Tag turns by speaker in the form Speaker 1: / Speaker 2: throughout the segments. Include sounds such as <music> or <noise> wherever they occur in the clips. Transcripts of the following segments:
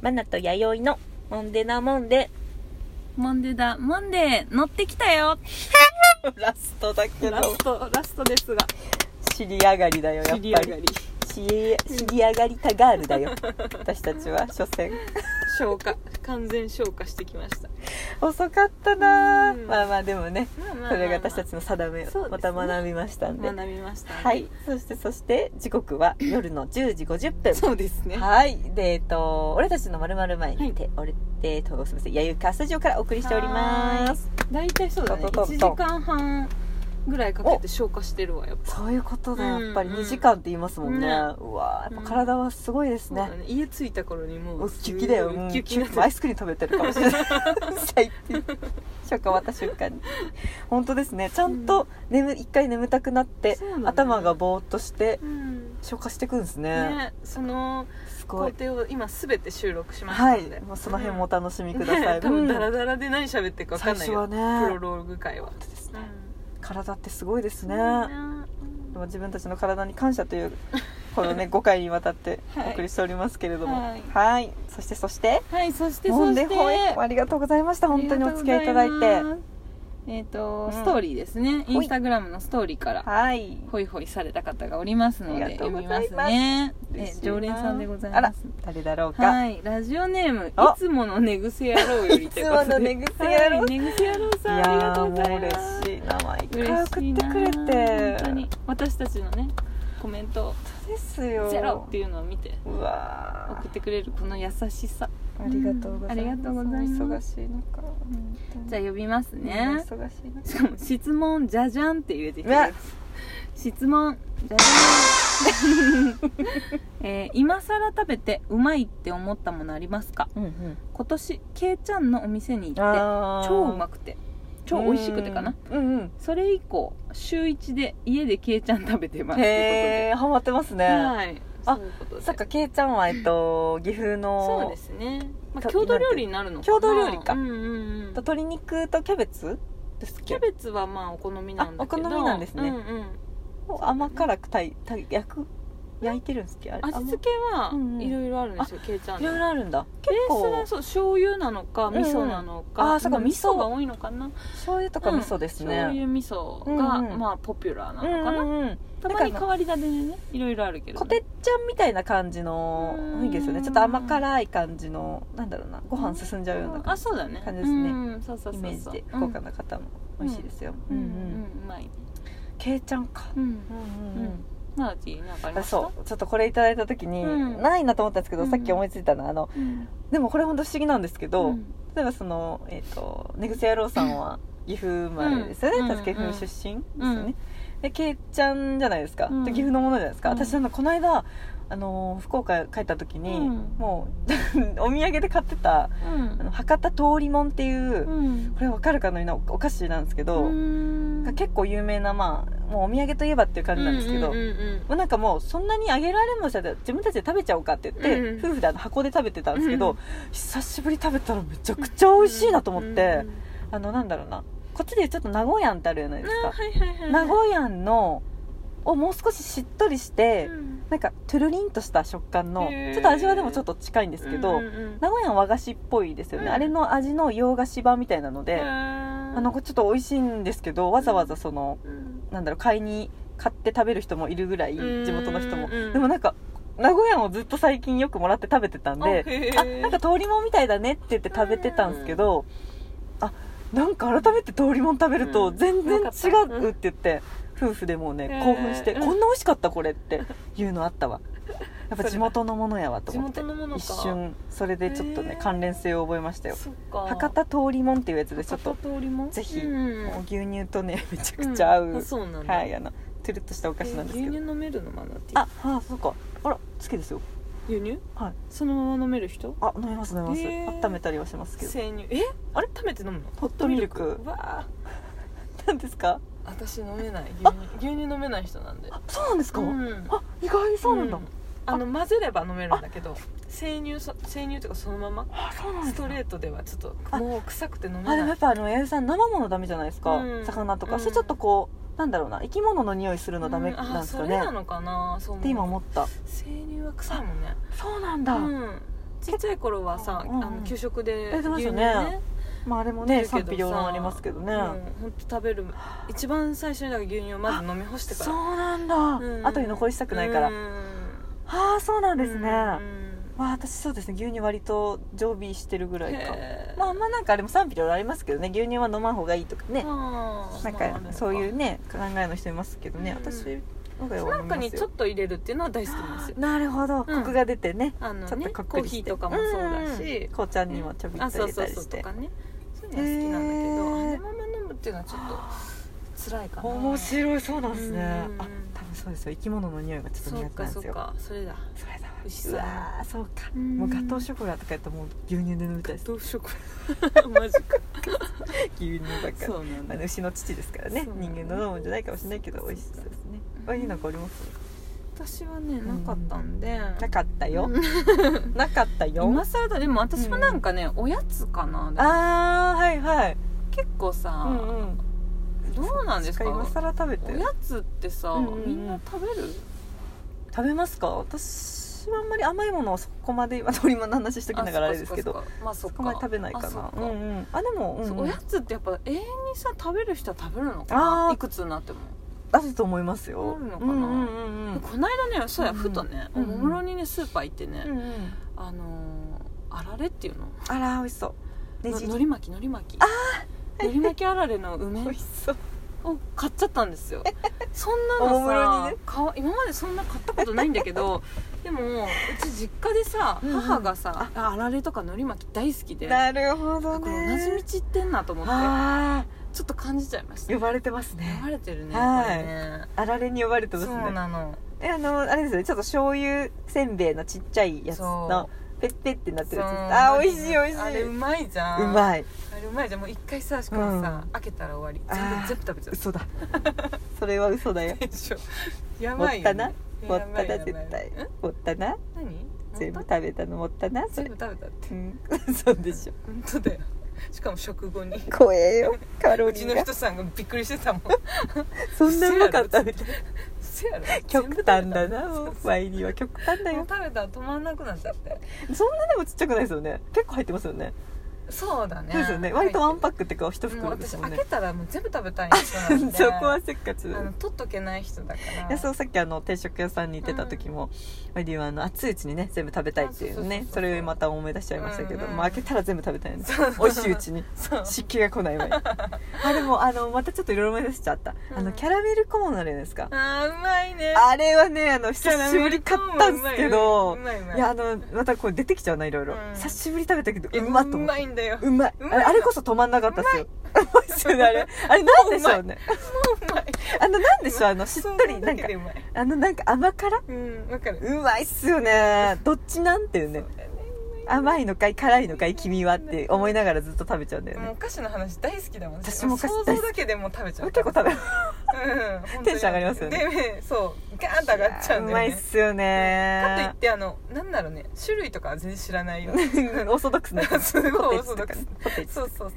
Speaker 1: マナと弥生のモンデナモンデ
Speaker 2: モンデだ、モンデー、乗ってきたよ
Speaker 1: <laughs> ラストだけ
Speaker 2: ラ
Speaker 1: ど
Speaker 2: スト、ラストですが、
Speaker 1: 尻上がりだよやっぱ
Speaker 2: 尻
Speaker 1: り
Speaker 2: 上がり。
Speaker 1: 尻尻上がりたガール <laughs> だよ私たちは所詮
Speaker 2: 消化、完全消化してきました。
Speaker 1: 遅かったなあ
Speaker 2: うん
Speaker 1: まあまあでもね
Speaker 2: まあまあまあまあ
Speaker 1: それが私たちの定め
Speaker 2: そう
Speaker 1: を
Speaker 2: です
Speaker 1: ま
Speaker 2: ね
Speaker 1: た学びましたんで
Speaker 2: 学びました。
Speaker 1: はい。そしてそして時刻は夜の10時50分
Speaker 2: そうですね。
Speaker 1: はい。で、えっと、俺たちのまるまる前にて、俺、えっと、すみません、やゆかスタジオからお送りしております。
Speaker 2: だいたいそうだね。
Speaker 1: トントン
Speaker 2: 1
Speaker 1: トン
Speaker 2: 時間半ぐらいかけて消化してるわ、やっぱ。
Speaker 1: そういうことだ、やっぱり
Speaker 2: うんうん
Speaker 1: 2時間って言いますもんね。
Speaker 2: ね
Speaker 1: うわーやっぱ体はすごいです
Speaker 2: そうだ
Speaker 1: ね。
Speaker 2: ね。家着いた頃に
Speaker 1: お
Speaker 2: もう、
Speaker 1: っきゅきだよ。
Speaker 2: す
Speaker 1: う
Speaker 2: ごいウ
Speaker 1: ん
Speaker 2: ッキウキになって
Speaker 1: アイスクリーム食べてるかもし
Speaker 2: <laughs>
Speaker 1: れない。最低。初回終わった瞬間に。本当ですね。ちゃんと眠、一回眠たくなって
Speaker 2: そうだ、ね
Speaker 1: 頭がぼーっとして
Speaker 2: う、ん
Speaker 1: 消化してくんですね。
Speaker 2: ね、その
Speaker 1: す
Speaker 2: 工
Speaker 1: ごい。
Speaker 2: 程を今すべて収録しました
Speaker 1: は
Speaker 2: ので、
Speaker 1: い。もうその辺もお楽しみくだ
Speaker 2: ね
Speaker 1: さい。
Speaker 2: <laughs> 多分ダ
Speaker 1: う
Speaker 2: ラ
Speaker 1: ん
Speaker 2: ダラで何喋ってるか
Speaker 1: 最
Speaker 2: 分かんない
Speaker 1: 初
Speaker 2: よ
Speaker 1: は
Speaker 2: プ
Speaker 1: ね。
Speaker 2: ロローグ会は
Speaker 1: 本、当です
Speaker 2: う
Speaker 1: ね
Speaker 2: ん
Speaker 1: 体ってすごいですね
Speaker 2: うん
Speaker 1: でも自分たちの体に感謝というこのね5回
Speaker 2: <laughs>
Speaker 1: にわたって
Speaker 2: はい
Speaker 1: お送りしておりますけれども
Speaker 2: はい
Speaker 1: はいそしてそして
Speaker 2: はいそして
Speaker 1: モ
Speaker 2: そ
Speaker 1: ン
Speaker 2: して
Speaker 1: デホエありがとうございました本当にお付き合いいただい
Speaker 2: ありがとうご
Speaker 1: て
Speaker 2: ざますえっ、と、
Speaker 1: うん
Speaker 2: ストーリーですね
Speaker 1: ほい
Speaker 2: インスタグラムのストーリーから
Speaker 1: はい
Speaker 2: ホイホイされた方がおりますの
Speaker 1: あり
Speaker 2: で
Speaker 1: がとう
Speaker 2: 読
Speaker 1: ござ
Speaker 2: み
Speaker 1: いま
Speaker 2: ますすね
Speaker 1: 嬉
Speaker 2: え
Speaker 1: しいな
Speaker 2: 常連さんでござい
Speaker 1: あ
Speaker 2: ま
Speaker 1: ら
Speaker 2: す
Speaker 1: 誰だろうか
Speaker 2: はいラジオネームい
Speaker 1: あ
Speaker 2: つもの寝癖野郎よりということで
Speaker 1: いつもの寝癖野郎
Speaker 2: はい寝癖野郎
Speaker 1: い
Speaker 2: さんあり
Speaker 1: や
Speaker 2: がと
Speaker 1: ー
Speaker 2: う
Speaker 1: も
Speaker 2: ご
Speaker 1: う
Speaker 2: ざいます
Speaker 1: 嬉しい名前一回
Speaker 2: 嬉
Speaker 1: 送
Speaker 2: しい
Speaker 1: って
Speaker 2: な
Speaker 1: くれて
Speaker 2: 本当に私たちのねコメント
Speaker 1: です
Speaker 2: 「
Speaker 1: よ
Speaker 2: ゼロ」っていうのを見て
Speaker 1: うわ
Speaker 2: 送ってくれるこの優しさ
Speaker 1: ーありがとうございます
Speaker 2: ありがとうございます
Speaker 1: お忙しい中本当に
Speaker 2: じゃあ呼びますね
Speaker 1: お忙しい中
Speaker 2: しかも質問じゃじゃんって入れてき
Speaker 1: うわ
Speaker 2: て質問じゃじ
Speaker 1: <laughs>
Speaker 2: ゃん、えー今さら食べてうまいって思ったものありますか
Speaker 1: うんうん
Speaker 2: 今年けいちゃんのお店に行って
Speaker 1: あー
Speaker 2: 超うまくて超美味しくてかな
Speaker 1: うんうん
Speaker 2: それ以降週1で家でけいちゃん食べてますって
Speaker 1: へえハマってます
Speaker 2: ことで
Speaker 1: ね
Speaker 2: はい
Speaker 1: あ
Speaker 2: そういうことで
Speaker 1: そっかけいちゃんはえっ
Speaker 2: <laughs>
Speaker 1: と岐阜
Speaker 2: そう
Speaker 1: の
Speaker 2: ですね、まあ、
Speaker 1: と
Speaker 2: 郷土料理になるのかな
Speaker 1: 郷土料理か
Speaker 2: うんうんうん、
Speaker 1: 鶏肉とキャベツですっ
Speaker 2: キャ
Speaker 1: け
Speaker 2: ベツはまあお好みなんだけど
Speaker 1: あお好みなんですね
Speaker 2: うんうん
Speaker 1: を甘辛くたいた焼く焼いてるんですっけあれ
Speaker 2: 味付けは
Speaker 1: うんうん
Speaker 2: いろいろあるんですよ、けいちゃん
Speaker 1: いろいろあるんだ
Speaker 2: ベ
Speaker 1: 結
Speaker 2: ースは
Speaker 1: 構
Speaker 2: そう醤油なのか
Speaker 1: んうん
Speaker 2: 味噌なのか、
Speaker 1: あーそっか
Speaker 2: うん
Speaker 1: 味噌
Speaker 2: が多いのかな
Speaker 1: 醤油とか味噌です
Speaker 2: うん醤
Speaker 1: ね
Speaker 2: 油味噌が、
Speaker 1: うんうん
Speaker 2: まあポピュラーな
Speaker 1: うん
Speaker 2: のかな、
Speaker 1: うんうん
Speaker 2: たまに変わり種でねいろいろあるけど、
Speaker 1: こ
Speaker 2: ね、
Speaker 1: てっちゃんみたいな感じの雰囲気ですよね
Speaker 2: うん
Speaker 1: ちょっと甘辛い感じのなんだろうなご飯進んじゃうような
Speaker 2: あ
Speaker 1: 感じ
Speaker 2: そうだね
Speaker 1: 感じですね
Speaker 2: うんそうそうそうそう
Speaker 1: イメージで
Speaker 2: うん
Speaker 1: 豪華な方も美味しいですよう
Speaker 2: うんん
Speaker 1: う
Speaker 2: うんんうまいね
Speaker 1: けいちゃんか
Speaker 2: うん
Speaker 1: うんうん
Speaker 2: う
Speaker 1: うん
Speaker 2: んマーティーなんかありました
Speaker 1: そうちょっとこれいただいた時に、
Speaker 2: うん
Speaker 1: ないなと思ったんですけど、
Speaker 2: うん
Speaker 1: さっき思いついたのはあの
Speaker 2: うん
Speaker 1: でもこれ本当不思議なんですけど、
Speaker 2: うん
Speaker 1: 例えばそのえっ、と寝癖野郎さんは岐阜生まれですよね、
Speaker 2: うん
Speaker 1: 確か岐阜出身ですよね、
Speaker 2: うん
Speaker 1: でけいちゃんじゃないですか、
Speaker 2: うん
Speaker 1: で岐阜のものじゃないですか、
Speaker 2: うん
Speaker 1: 私あのこの間あのー福岡帰った時に、
Speaker 2: うん
Speaker 1: もう <laughs> お土産で買ってたあの博多通りもんっていう、
Speaker 2: うん
Speaker 1: これわかるかなみんなおお菓子なんですけど、
Speaker 2: うん
Speaker 1: が結構有名なまあもうお土産といえばっていう感じなんですけど、
Speaker 2: うんうんうん
Speaker 1: まあ、なんかもうそんなにあげられもしたら自分たちで食べちゃおうかって言って、
Speaker 2: うん
Speaker 1: 夫婦であの箱で食べてたんですけど、
Speaker 2: うん
Speaker 1: 久しぶりに食べたらめちゃくちゃ美味しいなと思って、
Speaker 2: うんうん
Speaker 1: あのなんだろうなこっちでちょっと名古屋んってあるじゃないです
Speaker 2: あ
Speaker 1: か、
Speaker 2: はいはいはい
Speaker 1: 名古屋んのをもう少ししっとりして、
Speaker 2: うん
Speaker 1: なんかトゥルリンとした食感の
Speaker 2: へー
Speaker 1: ちょっと味はでもちょっと近いんですけど、
Speaker 2: うんうんうん
Speaker 1: 名古屋ん和菓子っぽいですよね、
Speaker 2: うん
Speaker 1: あれの味の洋菓子版みたいなので、あ
Speaker 2: あ
Speaker 1: のこれちょっと美味しいんですけどわざわざそのなんだろう買いに買って食べる人もいるぐらい
Speaker 2: うん
Speaker 1: 地元の人も
Speaker 2: うん
Speaker 1: でもなんか名古屋をずっと最近よくもらって食べてたんで
Speaker 2: で
Speaker 1: あなんか通りもんみたいだねって言って食べてたんですけどあなんか改めて通りもん食べると
Speaker 2: うん
Speaker 1: 全然
Speaker 2: よかった
Speaker 1: 違うって言って夫婦でもうね
Speaker 2: へー
Speaker 1: 興奮して
Speaker 2: うん
Speaker 1: こんな美味しかったこれっていうのあった
Speaker 2: <laughs>
Speaker 1: わやっぱ地元のものやわと
Speaker 2: 地
Speaker 1: 思って
Speaker 2: 元のものか
Speaker 1: 一瞬それでちょっと
Speaker 2: へ
Speaker 1: ね
Speaker 2: ー
Speaker 1: 関連性を覚えましたよ
Speaker 2: そっか
Speaker 1: 博多通りもんっていうやつでちょっと
Speaker 2: 博多通りも
Speaker 1: ぜひ
Speaker 2: うん
Speaker 1: もう牛乳とねめちゃくちゃ合
Speaker 2: んあ
Speaker 1: う
Speaker 2: そうなんだ
Speaker 1: はい、あの、トゥルッとしたお菓子なんですけ
Speaker 2: え
Speaker 1: ど。
Speaker 2: 牛乳飲めるのマナティー
Speaker 1: あ、はあ、そうか。あら、好きですよ。
Speaker 2: 牛乳
Speaker 1: はい
Speaker 2: そのまま飲める人
Speaker 1: あ、飲みます、飲みます。
Speaker 2: へー
Speaker 1: 温めたりはしますけど。
Speaker 2: 生乳えあれ食べて飲むの
Speaker 1: ホットミルク。
Speaker 2: わあ
Speaker 1: なんですか。
Speaker 2: 私飲めない牛乳牛乳飲めない人なんで
Speaker 1: あ、そうなんですか。
Speaker 2: うん
Speaker 1: あ、意外にそうなんだ。
Speaker 2: んあの混ぜれば飲めるんだけど生乳そ生乳とかそのまま
Speaker 1: あ、そうなんで
Speaker 2: ス
Speaker 1: す
Speaker 2: ト
Speaker 1: か。
Speaker 2: レートではちょっと
Speaker 1: あ
Speaker 2: もう臭くて飲め
Speaker 1: あ、でも
Speaker 2: な
Speaker 1: やっ
Speaker 2: い
Speaker 1: ぱ、あの、やゆさん、生ものダメじゃないですか
Speaker 2: う。ん
Speaker 1: 魚と
Speaker 2: う
Speaker 1: か、
Speaker 2: ん
Speaker 1: それちょっとこう、なんだろうな、生き物の匂いするのダメ
Speaker 2: うん
Speaker 1: なん
Speaker 2: あ
Speaker 1: です
Speaker 2: そ
Speaker 1: か
Speaker 2: れ
Speaker 1: ね。
Speaker 2: な
Speaker 1: っ
Speaker 2: のかなそう思う
Speaker 1: て今思った。
Speaker 2: 生乳は臭いもんね
Speaker 1: そうなんだ。
Speaker 2: うんちっちゃい頃はさ、
Speaker 1: うん
Speaker 2: あの給食で
Speaker 1: 出てましたねまああれもね
Speaker 2: 出るけ
Speaker 1: 賛
Speaker 2: どさ
Speaker 1: 否両論ありますけどね、
Speaker 2: もう本当食べる一番最初にだから牛乳をまず飲み干してから
Speaker 1: そうなんだ、
Speaker 2: うん
Speaker 1: 後に残したくないから、
Speaker 2: う
Speaker 1: あ
Speaker 2: ん
Speaker 1: あそうなんですね、
Speaker 2: うん
Speaker 1: わあ私そうですね牛乳割と常備してるぐらいか
Speaker 2: へー
Speaker 1: まあまあなんかあれも賛否両論ありますけどね牛乳は飲まん方がいいとかね、
Speaker 2: あー
Speaker 1: なん
Speaker 2: まああ
Speaker 1: か
Speaker 2: るの
Speaker 1: そういうね考えの人いますけどね、
Speaker 2: うん
Speaker 1: 私の方が
Speaker 2: そ
Speaker 1: 飲みま
Speaker 2: の中に
Speaker 1: す
Speaker 2: ちょ
Speaker 1: よ
Speaker 2: っと入れるっていうのは大好きなんですよ
Speaker 1: なるほど、
Speaker 2: うん
Speaker 1: コクが出てね
Speaker 2: あの
Speaker 1: ちょっ
Speaker 2: ね
Speaker 1: とかっこ
Speaker 2: コー
Speaker 1: よく
Speaker 2: ヒ
Speaker 1: し
Speaker 2: ー
Speaker 1: て
Speaker 2: とかもそうだし、
Speaker 1: 紅茶にもちょび
Speaker 2: あ
Speaker 1: っと
Speaker 2: そ
Speaker 1: 入
Speaker 2: う
Speaker 1: れ
Speaker 2: そ
Speaker 1: た
Speaker 2: う
Speaker 1: り
Speaker 2: そう
Speaker 1: し
Speaker 2: と
Speaker 1: て
Speaker 2: かねそういうのは好き
Speaker 1: へ
Speaker 2: なんだけど、
Speaker 1: ー
Speaker 2: あのまま飲むっていうのはちょっと辛いかな
Speaker 1: 面白いそうなんですね
Speaker 2: うん
Speaker 1: あ多分そうですよ生き物の匂いがちょっと
Speaker 2: そ
Speaker 1: 苦
Speaker 2: う
Speaker 1: 手な
Speaker 2: か
Speaker 1: んで
Speaker 2: そう
Speaker 1: すよ
Speaker 2: かそれだ
Speaker 1: それだわ
Speaker 2: 美味しそう
Speaker 1: うわーそうか
Speaker 2: うん
Speaker 1: もうガトーショコラとかやったらもう牛乳で飲みたい
Speaker 2: <laughs>
Speaker 1: です
Speaker 2: どうしようか <laughs> マジか
Speaker 1: 牛乳だから
Speaker 2: うなん
Speaker 1: あの牛の乳ですからね
Speaker 2: そうなん
Speaker 1: 人
Speaker 2: だ
Speaker 1: 間の飲むんじゃないかもしれないけど
Speaker 2: そう
Speaker 1: 美
Speaker 2: か
Speaker 1: 味しそうですね
Speaker 2: うん
Speaker 1: あいいなんかあります
Speaker 2: 私はねなかったんで、
Speaker 1: なかったよ
Speaker 2: うん
Speaker 1: なかったよ
Speaker 2: 今更だでも私もなんかね、おやつかなでも
Speaker 1: あーはいはい
Speaker 2: 結構さ、
Speaker 1: うんうん
Speaker 2: どうなんですか
Speaker 1: 今更食べ
Speaker 2: お
Speaker 1: て
Speaker 2: やつってさ、
Speaker 1: うんうんうん
Speaker 2: みんな食べる
Speaker 1: 食べますか私はあんまり甘いものはそこまで今通り魔の話しときながらあれですけど
Speaker 2: あそっかそっかまあそ
Speaker 1: そ
Speaker 2: っか
Speaker 1: こまで食べないか
Speaker 2: あそ
Speaker 1: な
Speaker 2: っ
Speaker 1: うんうんあでもうん
Speaker 2: そううんおやつってやっぱ永遠にさ食べる人は食べるのかな
Speaker 1: あー
Speaker 2: いくつになっても
Speaker 1: あると思いますよ
Speaker 2: あるのか
Speaker 1: う
Speaker 2: な
Speaker 1: う
Speaker 2: ん
Speaker 1: んうんうん
Speaker 2: この間ねそうや
Speaker 1: うんうん
Speaker 2: ふとね
Speaker 1: う
Speaker 2: お
Speaker 1: んうん
Speaker 2: もむろにねスーパー行ってね、
Speaker 1: うんうん
Speaker 2: あのーあられっていうの
Speaker 1: あら美味しそうね
Speaker 2: の
Speaker 1: じ
Speaker 2: のり巻きのり巻きのり巻きあられの
Speaker 1: <laughs>
Speaker 2: 梅
Speaker 1: 美味しそう
Speaker 2: を買っちゃったんで
Speaker 1: <laughs>
Speaker 2: すよそんなのさ
Speaker 1: おもむろにね
Speaker 2: かわ今までそんな買ったことないんだけど <laughs> でもうち実家でさ
Speaker 1: うんうん
Speaker 2: 母がさ、あられとかのり巻き大好きで
Speaker 1: なるほ
Speaker 2: こ
Speaker 1: ど
Speaker 2: れ
Speaker 1: ね
Speaker 2: 同じ道行ってんなと思って
Speaker 1: あ
Speaker 2: ちょっと感じちゃいました
Speaker 1: ー呼ばれてますね
Speaker 2: 流れてるね
Speaker 1: はい
Speaker 2: これね
Speaker 1: あられに呼ばれてま
Speaker 2: そ
Speaker 1: す
Speaker 2: う
Speaker 1: ね
Speaker 2: なの
Speaker 1: えあのあれですよねちょっと醤油せんべいのちっちゃいやつのペッペってなってるやつ
Speaker 2: そう
Speaker 1: あー美味しい美味し
Speaker 2: あれ
Speaker 1: いう
Speaker 2: まいじゃん
Speaker 1: う
Speaker 2: い
Speaker 1: まい
Speaker 2: あれうまいじゃんもう一回さしかもさ、
Speaker 1: うん
Speaker 2: 開けたら終わ
Speaker 1: あ
Speaker 2: り
Speaker 1: ー
Speaker 2: 全部全部食べちゃ
Speaker 1: 嘘だ <laughs> それは嘘だよ
Speaker 2: ったでしょ <laughs> やばいよ、ね、
Speaker 1: もった
Speaker 2: や
Speaker 1: な
Speaker 2: ば
Speaker 1: い絶対
Speaker 2: やばいん
Speaker 1: もったな
Speaker 2: 何
Speaker 1: 全部
Speaker 2: 本
Speaker 1: 食べたのもったな
Speaker 2: 当
Speaker 1: そ
Speaker 2: 全
Speaker 1: れ
Speaker 2: 部食べたって
Speaker 1: うん <laughs> そうで
Speaker 2: <laughs>
Speaker 1: しょ
Speaker 2: 本
Speaker 1: <laughs>
Speaker 2: 当だよしかも食後に
Speaker 1: 怖えよカロ
Speaker 2: う
Speaker 1: リ
Speaker 2: ち
Speaker 1: ー
Speaker 2: の
Speaker 1: が
Speaker 2: 人さんがびっくりしてた
Speaker 1: <laughs>
Speaker 2: もん
Speaker 1: そんなうまかったみたいな
Speaker 2: せやろ
Speaker 1: 極端だな
Speaker 2: も
Speaker 1: も
Speaker 2: う
Speaker 1: う前には極端だ
Speaker 2: 食べ
Speaker 1: よ
Speaker 2: たら止まんなくなっちゃって
Speaker 1: そんなでもちっちゃくないですよね結構入ってますよね
Speaker 2: そうだね
Speaker 1: そうですよね割とワンパ
Speaker 2: ッ
Speaker 1: ックっていうか一
Speaker 2: もう
Speaker 1: 袋で
Speaker 2: 私
Speaker 1: すもん
Speaker 2: 開
Speaker 1: ね
Speaker 2: けたらもう全部食べたい人なん
Speaker 1: <laughs>
Speaker 2: で
Speaker 1: そこはせっかち
Speaker 2: あ
Speaker 1: だ
Speaker 2: の
Speaker 1: ね
Speaker 2: 取っとけない人だから
Speaker 1: いやそうさっきあの定食屋さんに行ってた時も、マリーはあの熱いうちにね全部食べたいっていう
Speaker 2: あそうそうそう
Speaker 1: ね
Speaker 2: そう
Speaker 1: それをまた思い出しちゃいましたけど、
Speaker 2: うんうん
Speaker 1: まあ開けたら全部食べたいんです
Speaker 2: そう
Speaker 1: 美味しいうちに
Speaker 2: そう
Speaker 1: 湿気が来ない
Speaker 2: <laughs>
Speaker 1: 前にあでもあのまたちょっといろいろ思い出しちゃった、あ
Speaker 2: う
Speaker 1: の
Speaker 2: ん
Speaker 1: キャラメルコーンあるじゃないですか、
Speaker 2: あーうまいね
Speaker 1: あれはねあの久しぶり買ったんですけど
Speaker 2: うまいうまいうま
Speaker 1: いやあのまたこれ出てきちゃうないろいろ、
Speaker 2: うん
Speaker 1: 久しぶり食べたけど
Speaker 2: いや
Speaker 1: うまっと
Speaker 2: う
Speaker 1: 思っ
Speaker 2: ま
Speaker 1: て
Speaker 2: いんだよ
Speaker 1: うまいあ
Speaker 2: う
Speaker 1: れ
Speaker 2: まい
Speaker 1: あれこそ止まんなかったっすよ美味しいよねあれあれなんでしょうね
Speaker 2: <laughs> うまい
Speaker 1: あのなんでしょうあのしっとり
Speaker 2: そう
Speaker 1: な
Speaker 2: だ
Speaker 1: ん
Speaker 2: け
Speaker 1: か
Speaker 2: でうまい
Speaker 1: あのなんか甘辛
Speaker 2: うんわかる
Speaker 1: うまいっすよねどっちなんていうね甘いのかい辛いのかい君はって思いながらずっと食べちゃうんだよ
Speaker 2: もう
Speaker 1: ね
Speaker 2: お菓子の話大好きだもん
Speaker 1: 私もお菓子大
Speaker 2: 想
Speaker 1: 好き
Speaker 2: 像だけでもう食べちゃう
Speaker 1: 結構食べ
Speaker 2: うん
Speaker 1: テンション上がりますよね
Speaker 2: でねそうガーンと上がっちゃうん
Speaker 1: う
Speaker 2: だ
Speaker 1: まい
Speaker 2: よ
Speaker 1: っ
Speaker 2: ね
Speaker 1: すよ
Speaker 2: かといっ
Speaker 1: ね
Speaker 2: てあのなんだろうね種類とかは全然知らない
Speaker 1: <laughs>
Speaker 2: よ <laughs>
Speaker 1: オーソドックスなやつ
Speaker 2: すご
Speaker 1: ポ
Speaker 2: い
Speaker 1: テ
Speaker 2: オーソ
Speaker 1: チ
Speaker 2: ド
Speaker 1: と
Speaker 2: ック
Speaker 1: か
Speaker 2: ス
Speaker 1: ねポテチ
Speaker 2: そうそうそう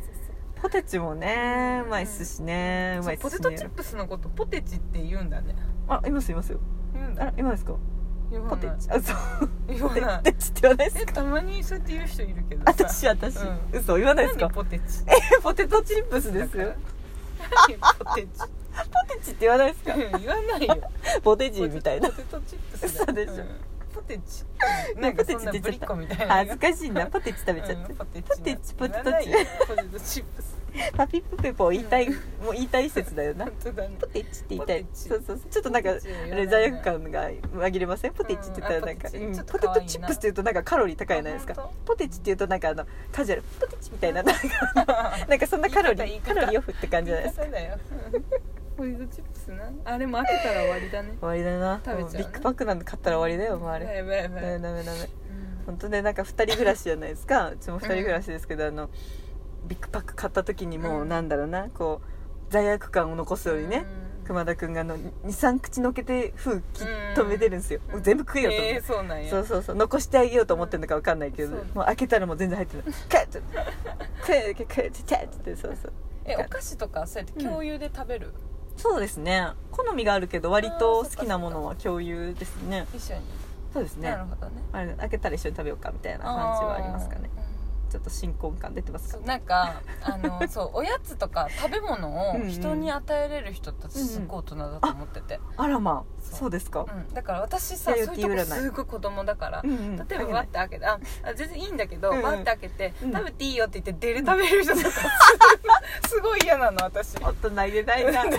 Speaker 1: ポテチもねうまいっすしねう
Speaker 2: そ
Speaker 1: まい
Speaker 2: う
Speaker 1: っす
Speaker 2: ポ
Speaker 1: し
Speaker 2: テ
Speaker 1: ね
Speaker 2: トチップスのことポテチって言うんだね
Speaker 1: あいますいますよ
Speaker 2: 言うん
Speaker 1: あ
Speaker 2: だ
Speaker 1: ら今ですか
Speaker 2: 言わ
Speaker 1: ポ
Speaker 2: ない
Speaker 1: テチあそう
Speaker 2: 言わない
Speaker 1: ポテチって言わないです
Speaker 2: えたまにそうやって言う人いるけどさ
Speaker 1: 私私、
Speaker 2: うん
Speaker 1: 嘘言わないですか
Speaker 2: 何ポテチ
Speaker 1: ポテトチップスです <laughs> よポ
Speaker 2: 何ポテチ
Speaker 1: テチって言わないですか
Speaker 2: うん言わ <laughs> ないよ
Speaker 1: ポテチみたいな
Speaker 2: ポテトチップス
Speaker 1: 嘘
Speaker 2: だ
Speaker 1: でしょ
Speaker 2: んポテチなんかそんなブリッコみたいな
Speaker 1: 恥ずかしいなポテチ食べちゃって、
Speaker 2: うんポテチ
Speaker 1: ポテチポテトチ
Speaker 2: 言わないよポテトチップス
Speaker 1: パピプペポ言いたい、もう言いたい説だよな
Speaker 2: 本当だね
Speaker 1: ポテチって言いたい
Speaker 2: ポテチ
Speaker 1: そうそうそうちょっとなんか
Speaker 2: ポテチは言わないな
Speaker 1: あれ罪悪感が紛れませんポテチって言ったらなんか、
Speaker 2: あポテチ
Speaker 1: うん
Speaker 2: ちょっ
Speaker 1: ポ
Speaker 2: と
Speaker 1: テ
Speaker 2: 可愛いな
Speaker 1: トチップスって言うとなんかカロリー高いじゃないです
Speaker 2: あ
Speaker 1: か
Speaker 2: 本
Speaker 1: ポテチって言うとなんかあのカジュアルポテチみたいななんかなんかそんなカロリ
Speaker 2: 言
Speaker 1: ー
Speaker 2: い方言い方
Speaker 1: カロリーオフって感じじゃないですか
Speaker 2: そうだよポテトチップスなあれも開けたら終わりだね
Speaker 1: 終わりだな
Speaker 2: 食べちゃ
Speaker 1: も
Speaker 2: うね
Speaker 1: うビッグパックなんて買ったら終わりだよもうあれ
Speaker 2: やばいやば
Speaker 1: ダ
Speaker 2: い
Speaker 1: メ
Speaker 2: やばい
Speaker 1: ダメダメ
Speaker 2: うん
Speaker 1: 本当ねなんか2人暮らしじゃないですかうちも2人暮らしですけど、あのビッグパック買った時にも
Speaker 2: う
Speaker 1: うんなんだろうなこう罪悪感を残すようにね、
Speaker 2: うん
Speaker 1: 熊田君があの23口のけて風切っ
Speaker 2: うん
Speaker 1: 止めてるんですよ、もう全部食えよと思って
Speaker 2: えー、そうなんや
Speaker 1: そうそうそう残してあげようと思ってるのかわかんないけど、
Speaker 2: そう
Speaker 1: もう開けたらもう全然入ってない「カッて食え食え食え食え」ってそうそう
Speaker 2: えお菓子とかそうやって共有で食べる、
Speaker 1: そうですね好みがあるけど割と好きなものは共有ですね
Speaker 2: 一緒に
Speaker 1: そうですね
Speaker 2: なるほどね
Speaker 1: あれ開けたら一緒に食べようかみたいな感じはありますかねちょっと新婚感出てます
Speaker 2: そ
Speaker 1: か
Speaker 2: うなんか
Speaker 1: <laughs>
Speaker 2: あのそうおやつとか食べ物を人に与えれる人って私すっごい大人だと思ってて、
Speaker 1: あらまあ
Speaker 2: そう
Speaker 1: そうですか
Speaker 2: うんだから私さ
Speaker 1: いや
Speaker 2: そういうとこ
Speaker 1: 雪占い
Speaker 2: すごい子供だから
Speaker 1: うんうん
Speaker 2: 例えば <laughs> バッて開けてああ全然いいんだけど
Speaker 1: うんうん
Speaker 2: バッて開けて
Speaker 1: うん
Speaker 2: 食べていいよって言ってデレ食べる
Speaker 1: <laughs>
Speaker 2: 人とかすごい嫌なの私
Speaker 1: おっと投げない
Speaker 2: でし <laughs>
Speaker 1: な
Speaker 2: ょだ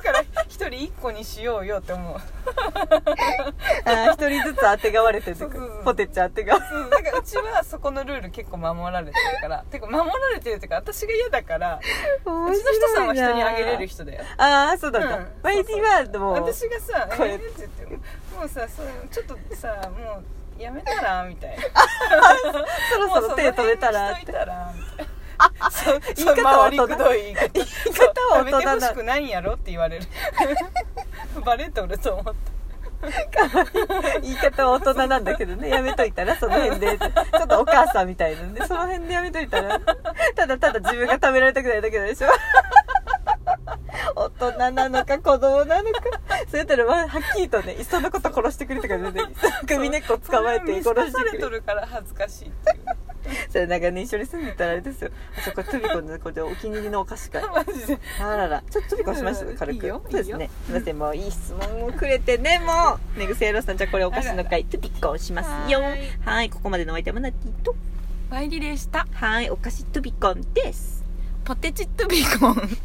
Speaker 2: から一人一個にしようよって思う
Speaker 1: あー一人ずつ当てがわれてる
Speaker 2: そうそうそう
Speaker 1: ポテチ当てがわ
Speaker 2: そうだからうちはそこのルール結構守られてるからてか守られてるっていうか私が嫌だからう
Speaker 1: う
Speaker 2: ちの人さんは人にあげれる人だよ
Speaker 1: ああそうだった、
Speaker 2: うん
Speaker 1: マイティワードも
Speaker 2: 私がさ「
Speaker 1: これ
Speaker 2: えーって言ってももうさそうちょっとさもうやめたら」
Speaker 1: <laughs>
Speaker 2: みたいな
Speaker 1: そろそろ手止めたらって
Speaker 2: もうその辺にしといたらみたいなそう
Speaker 1: 言い方は大人
Speaker 2: そう回りくどい言い方
Speaker 1: 言い方は
Speaker 2: そう
Speaker 1: 大
Speaker 2: やめ
Speaker 1: 人
Speaker 2: て
Speaker 1: だ
Speaker 2: ほしくないんやろって言われ
Speaker 1: <laughs>
Speaker 2: るバレとると思った
Speaker 1: 言い方は大人なんだけどねやめといたらその辺でってちょっとお母さんみたいなんでその辺でやめといたらただただ自分が食べられたくないだけでしょ大人なのか子供なのかそれとらははっきりとねいっそのこと殺してくれとか全然首根っこ捕まえて
Speaker 2: それを
Speaker 1: 殺して
Speaker 2: 見透かさ
Speaker 1: く
Speaker 2: れ
Speaker 1: れ
Speaker 2: とるから恥ずかしいって
Speaker 1: <laughs>
Speaker 2: いう
Speaker 1: それなんかね一緒に住んでたらあれですよあそこトビコのこでお気に入りのお菓子会
Speaker 2: マジで
Speaker 1: あららちょっとトビコしまし
Speaker 2: うん
Speaker 1: た軽く
Speaker 2: いいよ
Speaker 1: そうですねすいませんもういい質問をくれてねもうねぐせやろうさんじゃあこれお菓子の会トビコをしますよ
Speaker 2: は
Speaker 1: は
Speaker 2: ーい
Speaker 1: いここまでのお相手はマナティと
Speaker 2: マイリレーした
Speaker 1: はいお菓子トビコンです
Speaker 2: ポテチッとビコン